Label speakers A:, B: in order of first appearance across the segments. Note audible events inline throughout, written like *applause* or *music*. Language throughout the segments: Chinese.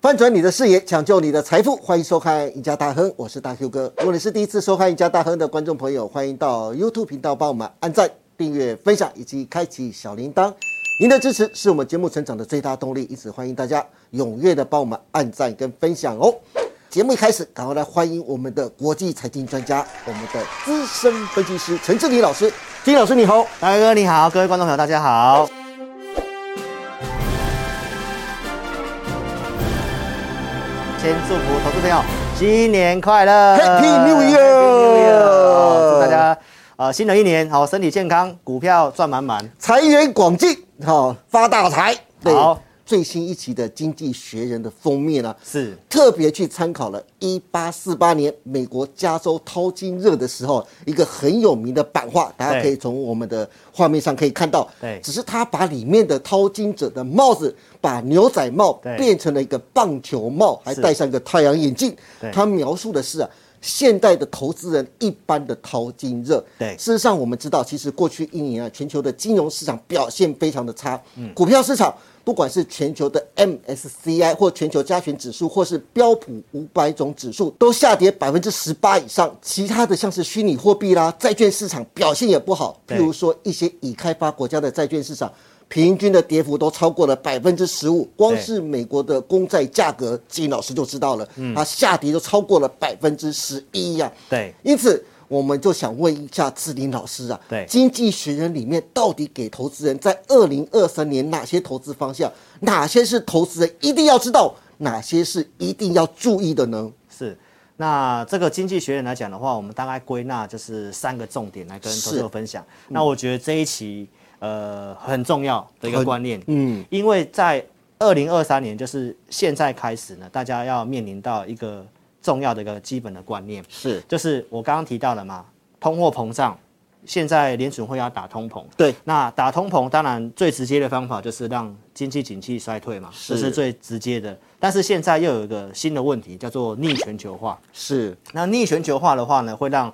A: 翻转你的视野，抢救你的财富，欢迎收看《赢家大亨》，我是大 Q 哥。如果你是第一次收看《赢家大亨》的观众朋友，欢迎到 YouTube 频道帮我们按赞、订阅、分享以及开启小铃铛。您的支持是我们节目成长的最大动力，因此欢迎大家踊跃的帮我们按赞跟分享哦。节目一开始，赶快来欢迎我们的国际财经专家，我们的资深分析师陈志礼老师。志礼老师你好，
B: 大哥你好，各位观众朋友大家好。先祝福投资朋友新年快乐
A: Happy New Year！
B: Year！祝大哦家呃新的一年好、身体健康，股票赚满满。
A: 财源广进，哈、发大财。对
B: 好，
A: 最新一期的《经济学人》的封面啊，
B: 是
A: 特别去参考了1848年美国加州淘金热的时候一个很有名的版画，大家
B: 对
A: 可以从我们的画面上可以看到。
B: 对
A: 只是他把里面的淘金者的帽子，把牛仔帽
B: 对
A: 变成了一个棒球帽，还
B: 是
A: 戴上一个太阳眼镜
B: 对。
A: 他描述的是啊。现代的投资人一般的淘金热，
B: 对
A: 事实上，我们知道，其实过去一年啊，全球的金融市场表现非常的差。股票市场不管是全球的 MSCI 或全球加权指数，或是标普五百种指数，都下跌百分之十八以上。其他的像是虚拟货币啦、债券市场表现也不好，譬
B: 对
A: 如说一些已开发国家的债券市场。平均的跌幅都超过了百分之十五，光
B: 对
A: 是美国的公债价格，金老师就知道了，它下跌都超过了百分之十一呀。
B: 嗯对
A: 因此，我们就想问一下志林老师啊，
B: 对
A: 经济学人》里面到底给投资人在二零二三年哪些投资方向，哪些是投资人一定要知道，哪些是一定要注意的呢？
B: 是。那这个经济学人来讲的话，我们大概归纳就是三个重点来跟投资
A: 是
B: 者分享。那我觉得这一期呃很重要的一个
A: 很
B: 观念，
A: 嗯，
B: 因为在二零二三年，就是现在开始呢，大家要面临到一个重要的一个基本的观念，
A: 是
B: 就是我刚刚提到了嘛，通货膨胀，现在联储会要打通膨，
A: 对，
B: 那打通膨当然最直接的方法就是让经济景气衰退嘛，
A: 是
B: 这是最直接的。但是现在又有一个新的问题，叫做逆全球化。
A: 是
B: 那逆全球化的话呢，会让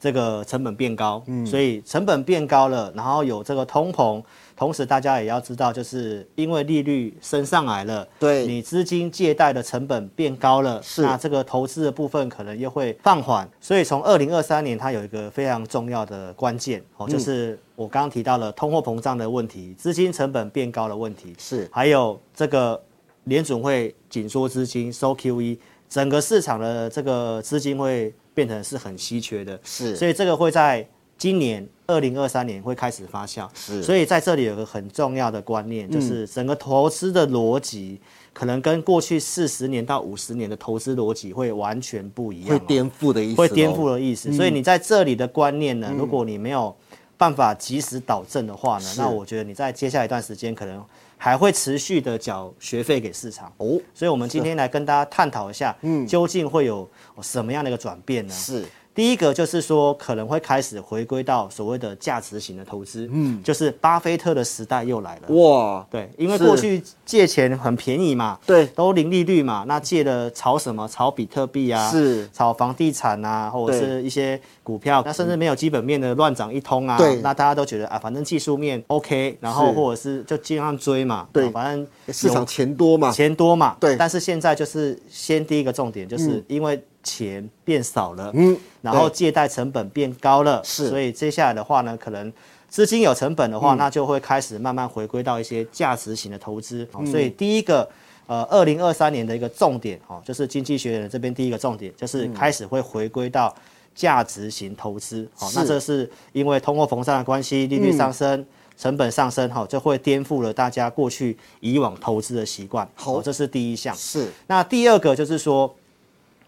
B: 这个成本变高，
A: 嗯
B: 所以成本变高了，然后有这个通膨，同时大家也要知道，就是因为利率升上来了，
A: 对
B: 你资金借贷的成本变高了，
A: 是
B: 那这个投资的部分可能又会放缓，所以从二零二三年它有一个非常重要的关键哦，
A: 嗯
B: 就是我刚刚提到了通货膨胀的问题，资金成本变高的问题，
A: 是
B: 还有这个联准会紧缩资金收 QE，整个市场的这个资金会变成是很稀缺的，
A: 是
B: 所以这个会在今年二零二三年会开始发酵。
A: 是嗯
B: 所以在这里有个很重要的观念，就是整个投资的逻辑可能跟过去四十年到五十年的投资逻辑会完全不一样、
A: 会
B: 哦。
A: 颠覆的意思，嗯
B: 会颠覆。的意思。所以你在这里的观念呢，如果你没有办法及时导正的话呢，那我觉得你在接下来一段时间可能还会持续的缴学费给市场。
A: 哦，
B: 所以我们今天来跟大家探讨一下，
A: 嗯
B: 究竟会有什么样的一个转变呢？
A: 是
B: 第一个就是说，可能会开始回归到所谓的价值型的投资，嗯，就是巴菲特的时代又来了。
A: 哇，
B: 对，因为
A: 是
B: 过去借钱很便宜嘛，
A: 对
B: 都零利率嘛，那借了炒什么？炒比特币啊，
A: 是
B: 炒房地产啊，或
A: 对
B: 者是一些股票，那甚至没有基本面的乱涨一通啊，
A: 对
B: 那大家都觉得啊，反正技术面 OK，然后
A: 是
B: 或者是就尽量追嘛，
A: 对
B: 啊反正
A: 市场
B: 有
A: 钱多嘛，
B: 钱多嘛，
A: 对嗯
B: 但是现在就是先第一个重点，就是因为钱变少了，嗯，然后借贷成本变高了，
A: 是嗯
B: 所以接下来的话呢，可能资金有成本的话，那就会开始慢慢回归到一些价值型的投资。
A: 嗯
B: 哦所以第一个。呃，二零二三年的一个重点哦，就是经济学人这边第一个重点，就是
A: 嗯
B: 开始会回归到价值型投资。哦，
A: 是
B: 那
A: 嗯
B: 这是因为通货膨胀的关系，利率上升，成本上升，哈、就会颠覆了大家过去以往投资的习惯。
A: 好
B: 哦这是第一项。
A: 是
B: 那第二个就是说，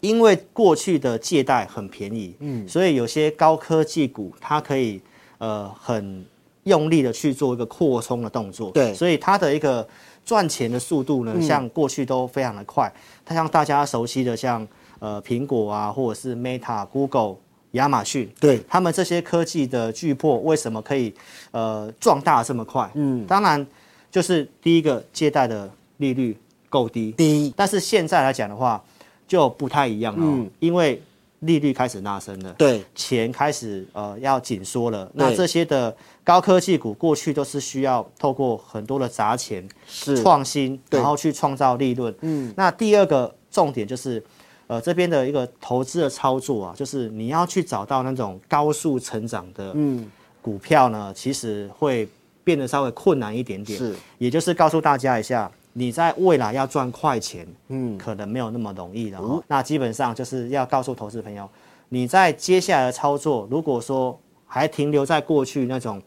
B: 因为过去的借贷很便宜，嗯，所以有些高科技股它可以呃很用力的去做一个扩充的动作，
A: 对嗯
B: 所以它的一个赚钱的速度呢，像过去都非常的快，它像大家熟悉的像呃苹果啊，或者是 Meta、Google、亚马逊，
A: 对
B: 他们这些科技的巨破为什么可以呃壮大这么快？嗯，当然就是第一个借贷的利率够低，
A: 第一
B: 但是现在来讲的话，就不太一样了哦、因为利率开始拉升了，
A: 对，
B: 钱开始呃要紧缩了，那
A: 对
B: 这些的高科技股过去都是需要透过很多的砸钱
A: 是
B: 创新，
A: 对
B: 然后去创造利润。
A: 嗯，
B: 那第二个重点就是。呃，这边的一个投资的操作啊，就是你要去找到那种高速成长的
A: 嗯
B: 股票呢，其实会变得稍微困难一点点。
A: 是，
B: 也就是告诉大家一下，你在未来要赚快钱，
A: 嗯，
B: 可能没有那么容易了、哦。那基本上就是要告诉投资朋友，你在接下来的操作，如果说还停留在过去那种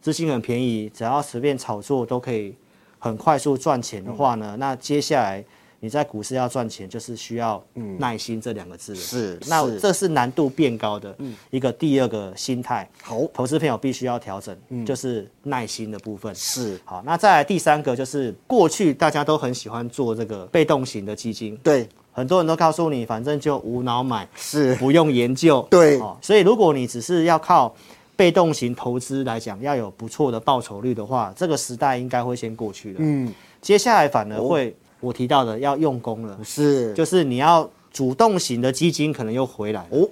B: 资金很便宜，只要随便炒作都可以很快速赚钱的话
A: 嗯
B: 呢，那接下来。你在股市要赚钱，就是需要耐心这两个字了。
A: 嗯是
B: 那
A: 是嗯
B: 这是难度变高的一个第二个心态。
A: 好，嗯
B: 投资朋友必须要调整，就是耐心的部分。
A: 是
B: 好，那再来第三个就是过去大家都很喜欢做这个被动型的基金，
A: 对，
B: 很多人都告诉你，反正就无脑买，
A: 是
B: 不用研究。
A: 对
B: 哦，所以如果你只是要靠被动型投资来讲，要有不错的报酬率的话，这个时代应该会先过去了。
A: 嗯，哦
B: 接下来反而会、我提到的要用功了，
A: 是
B: 就是你要主动型的基金可能又回来了
A: 哦，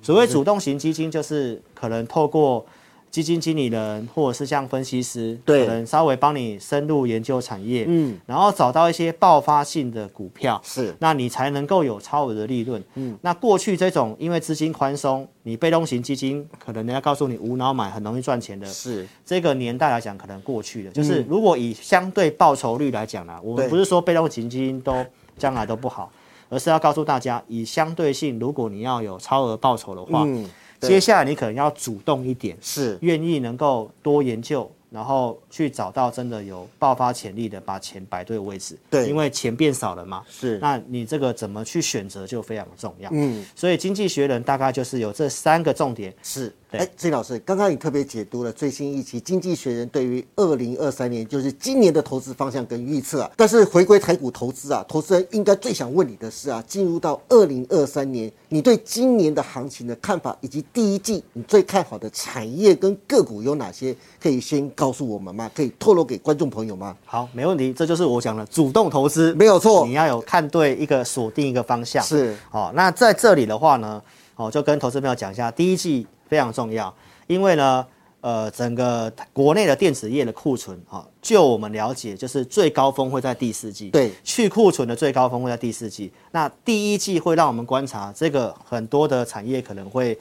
B: 所谓主动型基金，就是可能透过基金经理人或者是像分析师，
A: 对
B: 可能稍微帮你深入研究产业，
A: 嗯，
B: 然后找到一些爆发性的股票，
A: 是
B: 那你才能够有超额的利润。嗯，那过去这种因为资金宽松，你被动型基金可能人家告诉你无脑买很容易赚钱的，
A: 是
B: 这个年代来讲，可能过去
A: 嗯
B: 的，就是如果以相对报酬率来讲啦，我们不是说被动型基金都将来都不好，而是要告诉大家，以相对性，如果你要有超额报酬的话，
A: 嗯
B: 接下来你可能要主动一点，
A: 是
B: 愿意能够多研究，然后去找到真的有爆发潜力的，把钱摆对位置。
A: 对
B: 因为钱变少了嘛，
A: 是
B: 那你这个怎么去选择就非常重要。
A: 嗯
B: 所以《经济学人》大概就是有这三个重点，
A: 是。
B: 对
A: 哎，郑老师，刚刚你特别解读了最新一期《经济学人》对于二零二三年，就是今年的投资方向跟预测啊。但是回归台股投资啊，投资人应该最想问你的是啊，进入到二零二三年，你对今年的行情的看法，以及第一季你最看好的产业跟个股有哪些？可以先告诉我们吗？可以透露给观众朋友吗？
B: 好，没问题，这就是我讲的主动投资，
A: 没有错
B: 你要有看对一个锁定一个方向。
A: 是
B: 哦，那在这里的话呢，哦，就跟投资朋友讲一下，第一季非常重要，因为呢，呃，整个国内的电子业的库存啊、哦，就我们了解，就是最高峰会在第四季，
A: 对
B: 去库存的最高峰会在第四季。那第一季会让我们观察这个很多的产业可能会。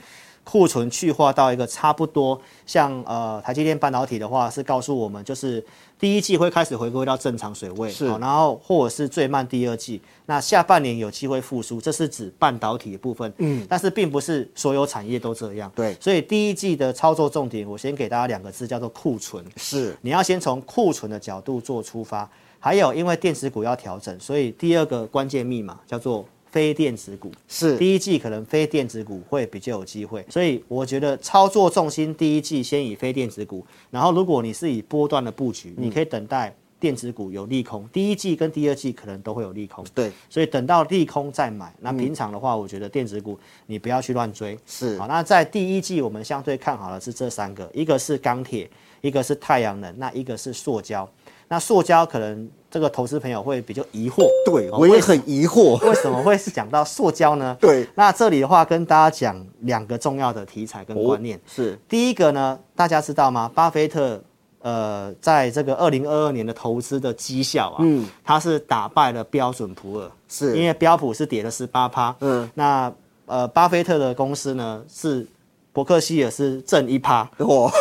B: 库存去化到一个差不多，像呃台积电半导体的话，是告诉我们就是第一季会开始回归到正常水位，
A: 是
B: 好然后或者是最慢第二季，那下半年有机会复苏，这是指半导体的部分，嗯，但是并不是所有产业都这样，
A: 对
B: 所以第一季的操作重点，我先给大家两个字，叫做库存，
A: 是
B: 你要先从库存的角度做出发，还有因为电子股要调整，所以第二个关键密码叫做非电子股，
A: 是
B: 第一季可能非电子股会比较有机会，所以我觉得操作重心第一季先以非电子股，然后如果你是以波段的布局，
A: 嗯
B: 你可以等待电子股有利空，第一季跟第二季可能都会有利空，
A: 对
B: 所以等到利空再买。那平常的话，我觉得电子股你不要去乱追。
A: 是
B: 好，那在第一季我们相对看好的是这三个，一个是钢铁，一个是太阳能，那一个是塑胶。那塑胶可能这个投资朋友会比较疑惑，
A: 对，
B: 哦
A: 我也
B: 为什
A: 很疑惑。
B: 为什么会是讲到塑胶呢？
A: 对，
B: 那这里的话跟大家讲两个重要的题材跟观念。
A: 是
B: 第一个呢，大家知道吗？巴菲特呃，在这个二零二二年的投资的绩效啊，嗯，他是打败了标准普尔，
A: 是
B: 因为标普是跌了十八趴，
A: 嗯，
B: 那呃，巴菲特的公司呢是伯克希尔是正一趴，
A: *laughs* 我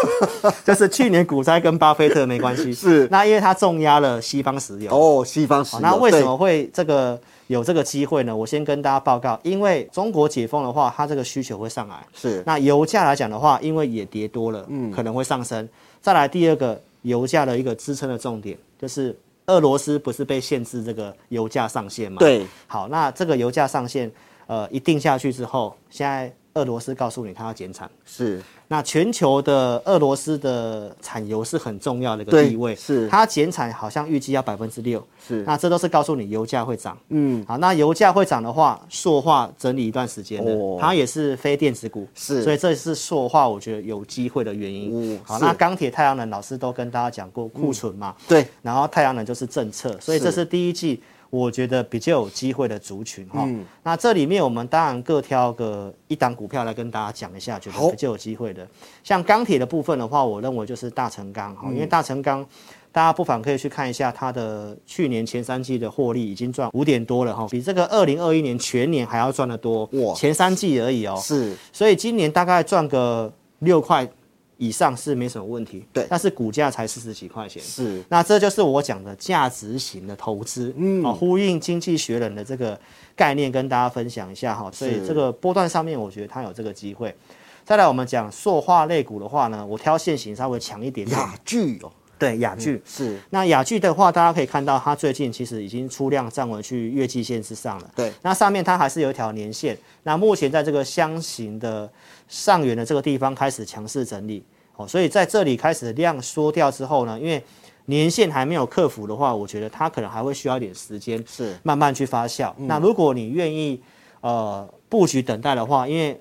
B: 就是去年股灾跟巴菲特没关系，
A: 是
B: 那因为他重压了西方石油，
A: 哦，西方石
B: 好
A: 油。
B: 那为什
A: 对
B: 么会这个有这个机会呢？我先跟大家报告，因为中国解封的话，它这个需求会上来。
A: 是
B: 那油价来讲的话，因为也跌多了，嗯，可能会上升。再来第二个油价的一个支撑的重点，就是俄罗斯不是被限制这个油价上限嘛？。
A: 对
B: 好，那这个油价上限，呃，一定下去之后，现在俄罗斯告诉你它要减产。
A: 是
B: 那全球的俄罗斯的产油是很重要的一个
A: 对
B: 地位，
A: 是
B: 它减产好像预计要百分之六，
A: 是
B: 那这都是告诉你油价会涨。
A: 嗯
B: 好，那油价会涨的话，塑化整理一段时间的，
A: 哦
B: 它也是非电子股，
A: 是
B: 所以这是塑化我觉得有机会的原因
A: 哦。
B: 好，
A: 是
B: 那钢铁、太阳能老师都跟大家讲过库存嘛，
A: 对
B: 然后太阳能就是政策，所以这是第一季我觉得比较有机会的族群哈、
A: 嗯
B: 那这里面我们当然各挑个一档股票来跟大家讲一下，觉
A: 好
B: 得比较有机会的。像钢铁的部分的话，我认为就是大成钢
A: 嗯
B: 哈，因为大成钢。大家不妨可以去看一下它的去年前三季的获利已经赚五点多了哈，比这个二零二一年全年还要赚得多
A: 哇
B: 前三季而已哦。
A: 是
B: 所以今年大概赚个六块以上是没什么问题。
A: 对
B: 但是股价才四十几块钱。
A: 是，
B: 那这就是我讲的价值型的投资，嗯，哦，呼应经济学人的这个概念，跟大家分享一下哈。所以
A: 是
B: 这个波段上面，我觉得它有这个机会。再来，我们讲塑化类股的话呢，我挑现型稍微强一点点，
A: 雅聚哦，
B: 对雅聚。
A: 是
B: 那雅聚的话，大家可以看到，它最近其实已经出量站稳去月季线之上了。
A: 对，
B: 那上面它还是有一条年线，那目前在这个箱型的上缘的这个地方开始强势整理，哦，所以在这里开始量缩掉之后呢，因为年线还没有克服的话，我觉得它可能还会需要一点时间，
A: 是
B: 慢慢去发酵。
A: 嗯
B: 那如果你愿意呃布局等待的话，因为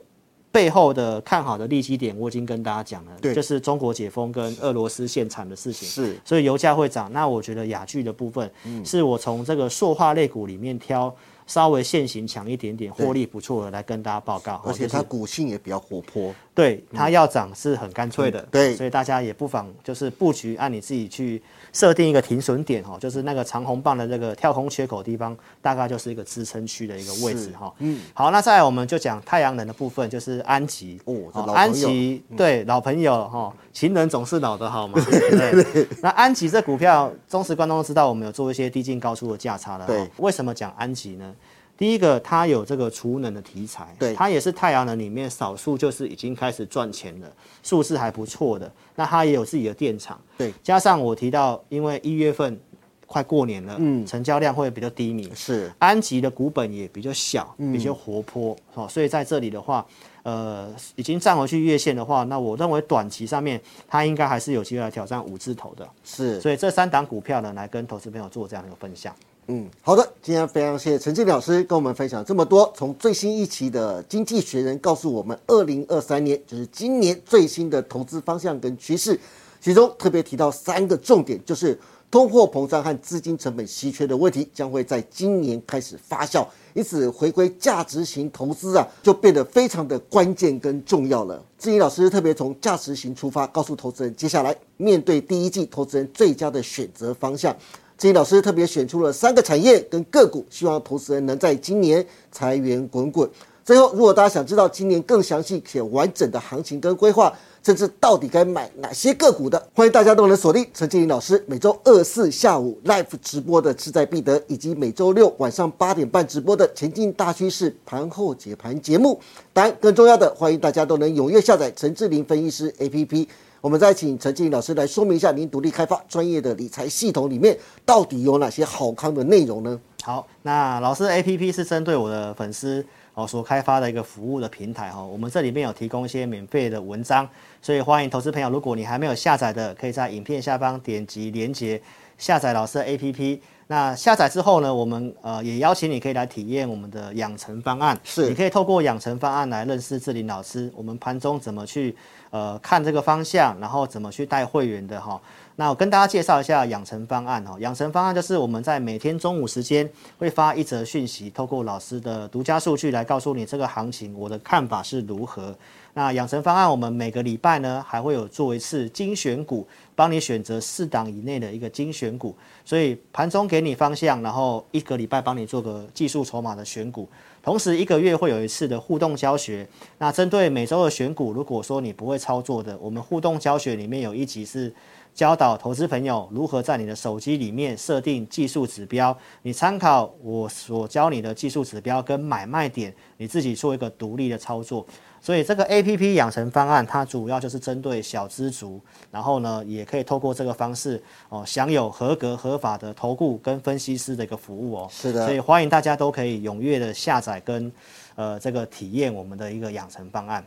B: 背后的看好的利基点，我已经跟大家讲了，
A: 对
B: 就是中国解封跟俄罗斯限产的事情，
A: 是
B: 所以油价会涨。那我觉得雅聚的部分，
A: 嗯
B: 是我从这个塑化类股里面挑稍微现行强一点点、获利不错的来跟大家报告。
A: 而且
B: 就
A: 它
B: 是
A: 股性也比较活泼，
B: 对它要涨是很干脆的，
A: 对
B: 所以大家也不妨就是布局，按你自己去设定一个停损点哈，就是那个长红棒的这个跳空缺口地方，大概就是一个支撑区的一个位置哈。嗯，好，那再来我们就讲太阳能的部分，就是安吉
A: 哦这老
B: 安
A: 朋友嗯
B: 吉对老朋友哈，情人总是老的好
A: *laughs*
B: 嘛，对不对？那安吉这股票，忠实观众都知道我们有做一些低进高出的价差了哈。
A: 对
B: 为什么讲安吉呢？第一个，它有这个储能的题材，
A: 对
B: 它也是太阳能里面少数就是已经开始赚钱了，数字还不错的。那它也有自己的电厂，
A: 对，
B: 加上我提到，因为一月份快过年了，嗯，成交量会比较低迷，
A: 是
B: 安吉的股本也比较小，比较活泼，哦，所以在这里的话，呃，已经站回去月线的话，那我认为短期上面它应该还是有机会来挑战五字头的。
A: 是，
B: 所以这三档股票呢，来跟投资朋友做这样的一个分享。
A: 嗯，好的，今天非常谢谢陈静老师跟我们分享这么多，从最新一期的《经济学人》告诉我们，二零二三年就是今年最新的投资方向跟趋势，其中特别提到三个重点，就是通货膨胀和资金成本稀缺的问题将会在今年开始发酵，因此回归价值型投资啊，就变得非常的关键跟重要了。志怡老师特别从价值型出发，告诉投资人，接下来面对第一季投资人最佳的选择方向。志毅老师特别选出了三个产业跟个股，希望投资人能在今年财源滚滚。最后，如果大家想知道今年更详细且完整的行情跟规划，甚至到底该买哪些个股的，欢迎大家都能锁定陈建林老师每周二四下午 live 直播的《志在必得》，以及每周六晚上八点半直播的《前进大趋势盘后解盘》节目。当然，更重要的，欢迎大家都能踊跃下载陈志林分析师 APP。我们再请陈静怡老师来说明一下，您独立开发专业的理财系统里面到底有哪些好康的内容呢？
B: 好，那老师 A P P 是针对我的粉丝哦所开发的一个服务的平台哈、哦，我们这里面有提供一些免费的文章，所以欢迎投资朋友，如果你还没有下载的，可以在影片下方点击连接下载老师 A P P。那下载之后呢，我们呃也邀请你可以来体验我们的养成方案，
A: 是
B: 你可以透过养成方案来认识志玲老师，我们盘中怎么去呃看这个方向，然后怎么去带会员的哈、那我跟大家介绍一下养成方案哦。养成方案就是我们在每天中午时间会发一则讯息，透过老师的独家数据来告诉你这个行情我的看法是如何。那养成方案我们每个礼拜呢还会有做一次精选股，帮你选择四档以内的一个精选股，所以盘中给你方向，然后一个礼拜帮你做个技术筹码的选股。同时，一个月会有一次的互动教学。那针对每周的选股，如果说你不会操作的，我们互动教学里面有一集是教导投资朋友如何在你的手机里面设定技术指标。你参考我所教你的技术指标跟买卖点，你自己做一个独立的操作。所以这个 A P P 养成方案，它主要就是针对小资族，然后呢，也可以透过这个方式哦，享有合格合法的投顾跟分析师的一个服务哦。
A: 是的
B: 所以欢迎大家都可以踊跃的下载跟呃这个体验我们的一个养成方案。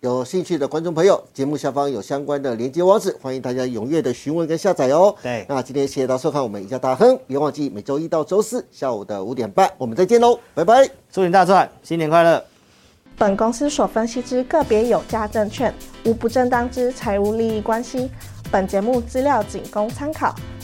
A: 有兴趣的观众朋友，节目下方有相关的连接网址，欢迎大家踊跃的询问跟下载哦。
B: 对
A: 那今天谢谢大家收看我们赢家大亨，别忘记每周一到周四下午的五点半，我们再见喽，拜拜。
B: 祝您大赚，新年快乐！
C: 本公司所分析之个别有价证券，无不正当之财务利益关系。本节目资料仅供参考，